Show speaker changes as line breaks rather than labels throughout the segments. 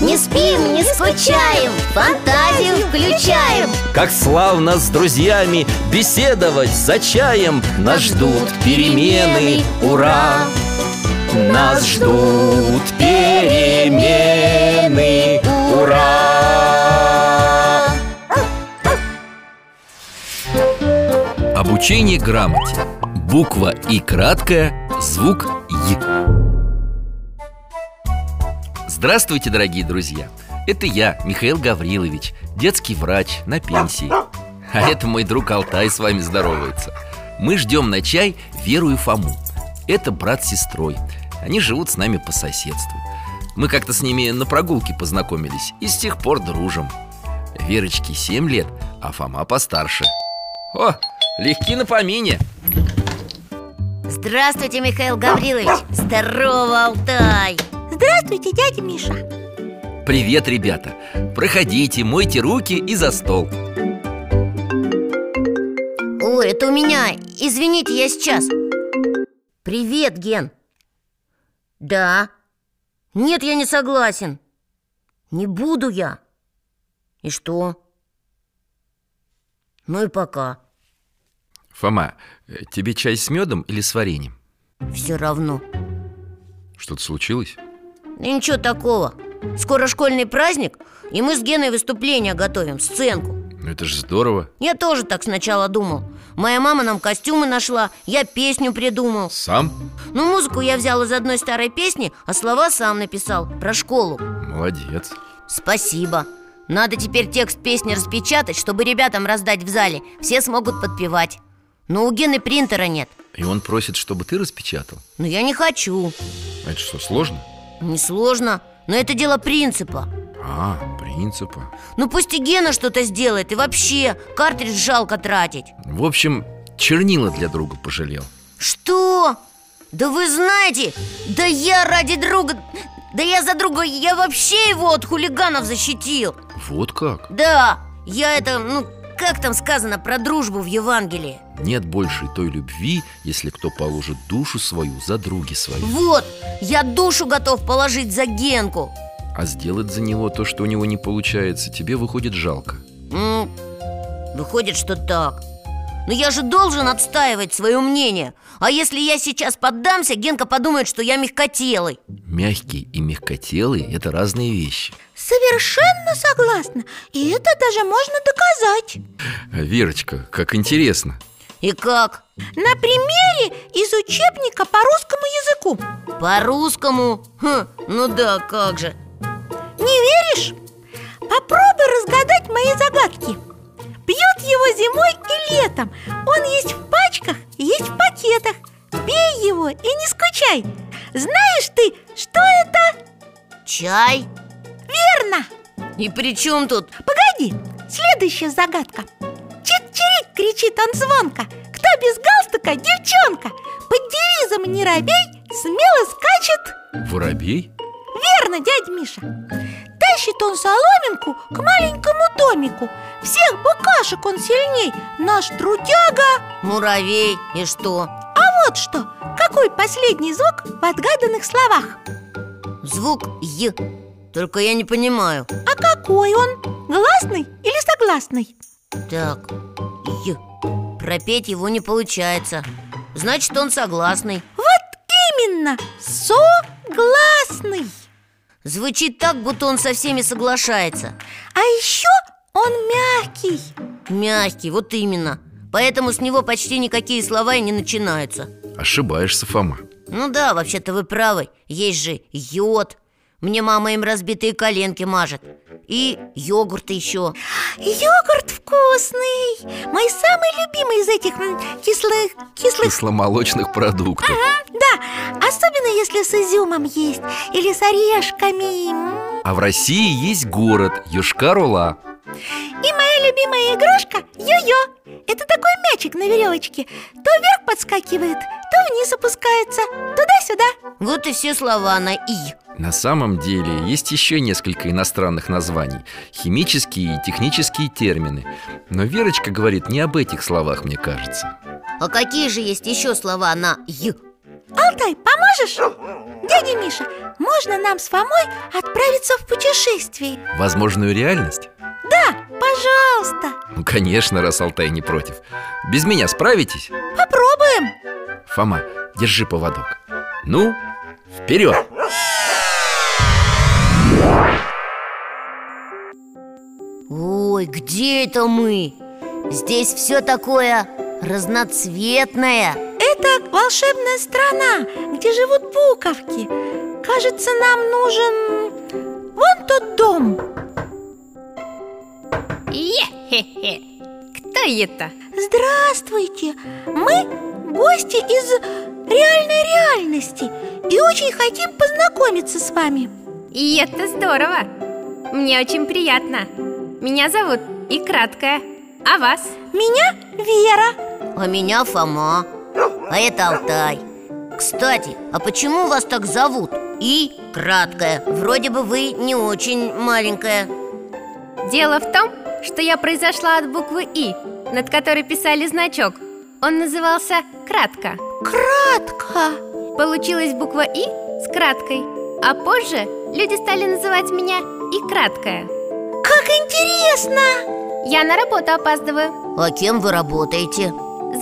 Не спим, не скучаем, фантазию включаем
Как славно с друзьями беседовать за чаем Нас ждут перемены, ура! Нас ждут перемены, ура!
Обучение грамоте. Буква И краткая, звук И. Здравствуйте, дорогие друзья! Это я, Михаил Гаврилович, детский врач на пенсии. А это мой друг Алтай с вами здоровается. Мы ждем на чай Веру и Фому. Это брат с сестрой. Они живут с нами по соседству. Мы как-то с ними на прогулке познакомились и с тех пор дружим. Верочке 7 лет, а Фома постарше. О, легки на помине.
Здравствуйте, Михаил Гаврилович Здорово, Алтай
Здравствуйте, дядя Миша
Привет, ребята! Проходите, мойте руки и за стол.
Ой, это у меня, извините, я сейчас Привет, Ген Да Нет, я не согласен Не буду я И что? Ну и пока
Фома, э, тебе чай с медом или с вареньем?
Все равно
Что-то случилось?
Да ничего такого Скоро школьный праздник, и мы с Геной выступление готовим, сценку
Ну это же здорово.
Я тоже так сначала думал Моя мама нам костюмы нашла, я песню придумал
Сам?
Ну, музыку я взял из одной старой песни, а слова сам написал про школу
Молодец.
Спасибо Надо теперь текст песни распечатать, чтобы ребятам раздать в зале Все смогут подпевать Но у Гены принтера нет
И он просит, чтобы ты распечатал. А
Но я не хочу
Это что, сложно?
Несложно, но это дело принципа
А, принципа.
Ну пусть и Гена что-то сделает И вообще, картридж жалко тратить
В общем, чернила для друга пожалел.
Что? Да вы знаете, да я ради друга... Да я за друга, я вообще его от хулиганов защитил
Вот как?
Да, я это, ну, как там сказано про дружбу в Евангелии?
Нет больше той любви, если кто положит душу свою за други свои.
Вот, я душу готов положить за Генку
А сделать за него то, что у него не получается, тебе выходит жалко.
М, Выходит, что так Но я же должен отстаивать свое мнение А если я сейчас поддамся, Генка подумает, что я мягкотелый
Мягкий и мягкотелый – это разные вещи.
Совершенно согласна И это даже можно доказать
А, Верочка, как интересно.
И как?
На примере из учебника по русскому языку
По-русскому? Хм, ну да, как же
Не веришь? Попробуй разгадать мои загадки Пьют его зимой и летом Он есть в пачках, есть в пакетах Пей его и не скучай Знаешь ты, что это?
Чай?
Верно!
И при чем тут?
Погоди, следующая загадка Чик-чирик, кричит он звонко Кто без галстука, девчонка Под девизом не робей, смело скачет
Воробей?
Верно, дядя Миша Тащит он соломинку к маленькому домику Всех букашек он сильней Наш трудяга
Муравей, и что?
А вот что, какой последний звук в отгаданных словах?
Звук «й» Только я не понимаю
А какой он? Гласный или согласный?
Так, «й» Пропеть его не получается Значит, он согласный
Именно, согласный
Звучит так, будто он со всеми соглашается
А еще он мягкий
Мягкий, вот именно Поэтому с него почти никакие слова и не начинаются
Ошибаешься, Фома.
Ну да, вообще-то вы правы Есть же йод Мне мама им разбитые коленки мажет И йогурт еще
Йогурт вкусный Мой самый любимый из этих м, кислых, кислых
Кисломолочных продуктов.
Да, особенно если с изюмом есть или с орешками М,
А в России есть город Йошкар-Ола.
И моя любимая игрушка – йо-йо Это такой мячик на веревочке То вверх подскакивает, то вниз опускается Туда-сюда
Вот и все слова на «и»
На самом деле есть еще несколько иностранных названий Химические и технические термины Но Верочка говорит не об этих словах, мне кажется
А какие же есть еще слова на «й»?
Алтай, поможешь? Дядя Миша, можно нам с Фомой отправиться в путешествие?
Возможную реальность?
Да, пожалуйста,
Ну, конечно, раз Алтай не против Без меня справитесь?
попробуем
Фома, держи поводок Ну, вперед!
Ой, где это мы? Здесь все такое разноцветное
Это волшебная страна, где живут буковки Кажется, нам нужен вон тот дом
Е-хе-хе. Кто это?
Здравствуйте, мы гости из реальной реальности И очень хотим познакомиться с вами
И это здорово. Мне очень приятно. Меня зовут и краткая. А вас?
Меня Вера
А меня Фома А это Алтай Кстати, а почему вас так зовут? И краткое Вроде бы вы не очень маленькая
Дело в том, что я произошла от буквы И, над которой писали значок. Он назывался кратко.
Кратко
Получилась буква И с краткой, а позже люди стали называть меня И краткая.
Как интересно!
Я на работу опаздываю.
А кем вы работаете?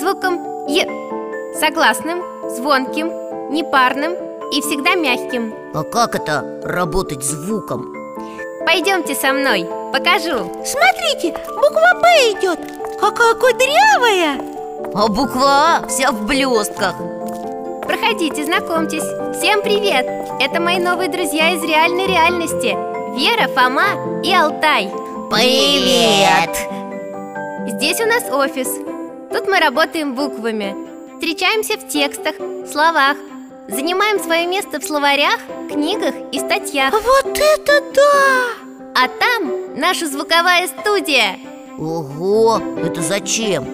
Звуком Е. Согласным, звонким, непарным и всегда мягким.
А как это работать звуком?
Пойдемте со мной, покажу.
Смотрите, буква Б идет Какая кудрявая!
А буква А вся в блестках
Проходите, знакомьтесь. Всем привет! Это мои новые друзья из реальной реальности. Вера, Фома и Алтай. Здесь у нас офис. Тут мы работаем буквами. Встречаемся в текстах, словах. Занимаем свое место в словарях, книгах и статьях.
Вот это да!
А там наша звуковая студия.
Ого, это зачем?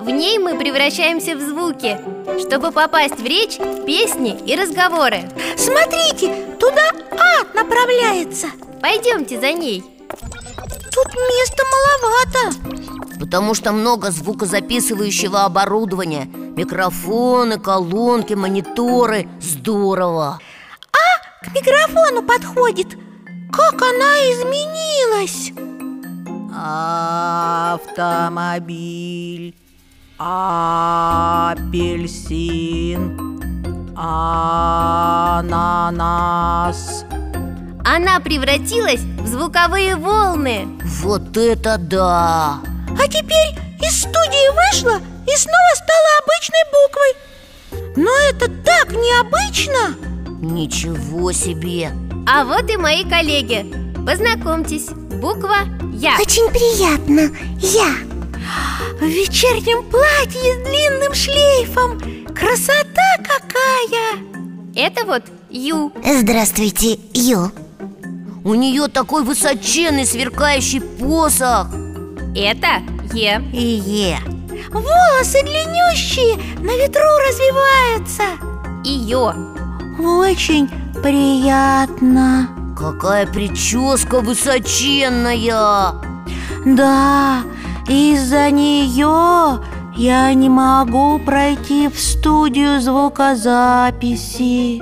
В ней мы превращаемся в звуки, чтобы попасть в речь, песни и разговоры.
Смотрите, туда ад направляется
Пойдемте за ней.
Тут места маловато
Потому что много звукозаписывающего оборудования Микрофоны, колонки, мониторы Здорово
К микрофону подходит Как она изменилась
Автомобиль Апельсин Ананас
Она превратилась в звуковые волны.
Вот это да!
А теперь из студии вышла и снова стала обычной буквой Но это так необычно
Ничего себе!
А вот и мои коллеги. Познакомьтесь. Буква Я.
Очень приятно, я В вечернем платье с длинным шлейфом Красота какая!
Это вот Ю.
Здравствуйте, Ю У нее такой высоченный сверкающий посох
Это Е.
И Е
Волосы длиннющие, на ветру развиваются
И Ё.
Очень приятно
Какая прическа высоченная!
Да, из-за нее я не могу пройти в студию звукозаписи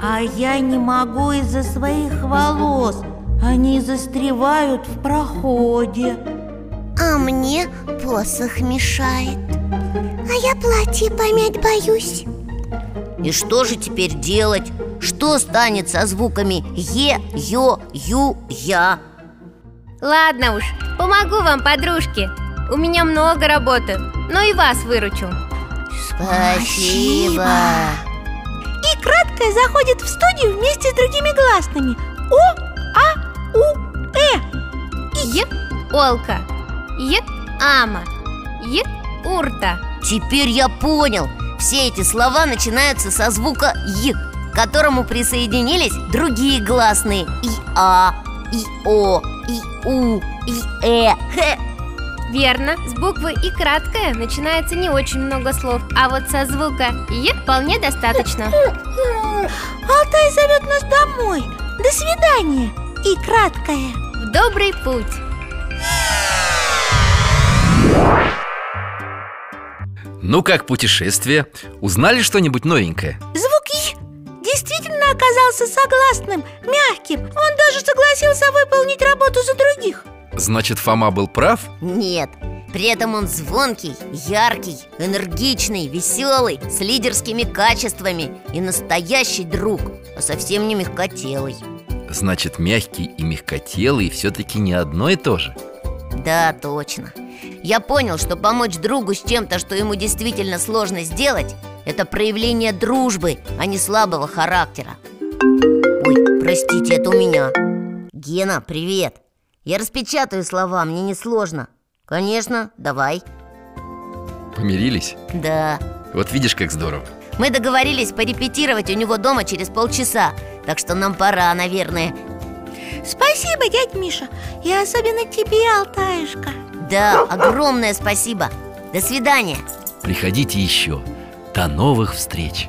А я не могу из-за своих волос Они застревают в проходе
А мне посох мешает А я платье помять боюсь
И что же теперь делать? Что станет со звуками Е, Ё, Ю, Я?
Ладно уж, помогу вам, подружки. У меня много работы, но и вас выручу.
Спасибо.
И краткая заходит в студию вместе с другими гласными О, А, У, Э
Е. Олка. Е. Ама. Е. Урта.
Теперь я понял Все эти слова начинаются со звука «и», к которому присоединились другие гласные «и а», «и о», и У, и Э Хе.
Верно, с буквы «и» краткая начинается не очень много слов А вот со звука «е» вполне достаточно
Алтай зовет нас домой До свидания И краткое
В добрый путь
Ну как путешествие? Узнали что-нибудь новенькое?
Звук «и» действительно оказался согласным, мягким Он даже согласился выполнить работу за других
Значит, Фома был прав?
Нет, при этом он звонкий, яркий, энергичный, веселый, с лидерскими качествами и настоящий друг, а совсем не мягкотелый
Значит, мягкий и мягкотелый все-таки не одно и то же
Да, точно Я понял, что помочь другу с чем-то, что ему действительно сложно сделать Это проявление дружбы, а не слабого характера Ой, простите, это у меня Гена, привет Я распечатаю слова, мне не сложно Конечно, давай
Помирились?
Да,
Вот видишь, как здорово
мы договорились порепетировать у него дома через полчаса Так что нам пора, наверное
Спасибо, дядь Миша И особенно тебе, Алтаешка
Да, огромное спасибо До свидания
Приходите еще До новых встреч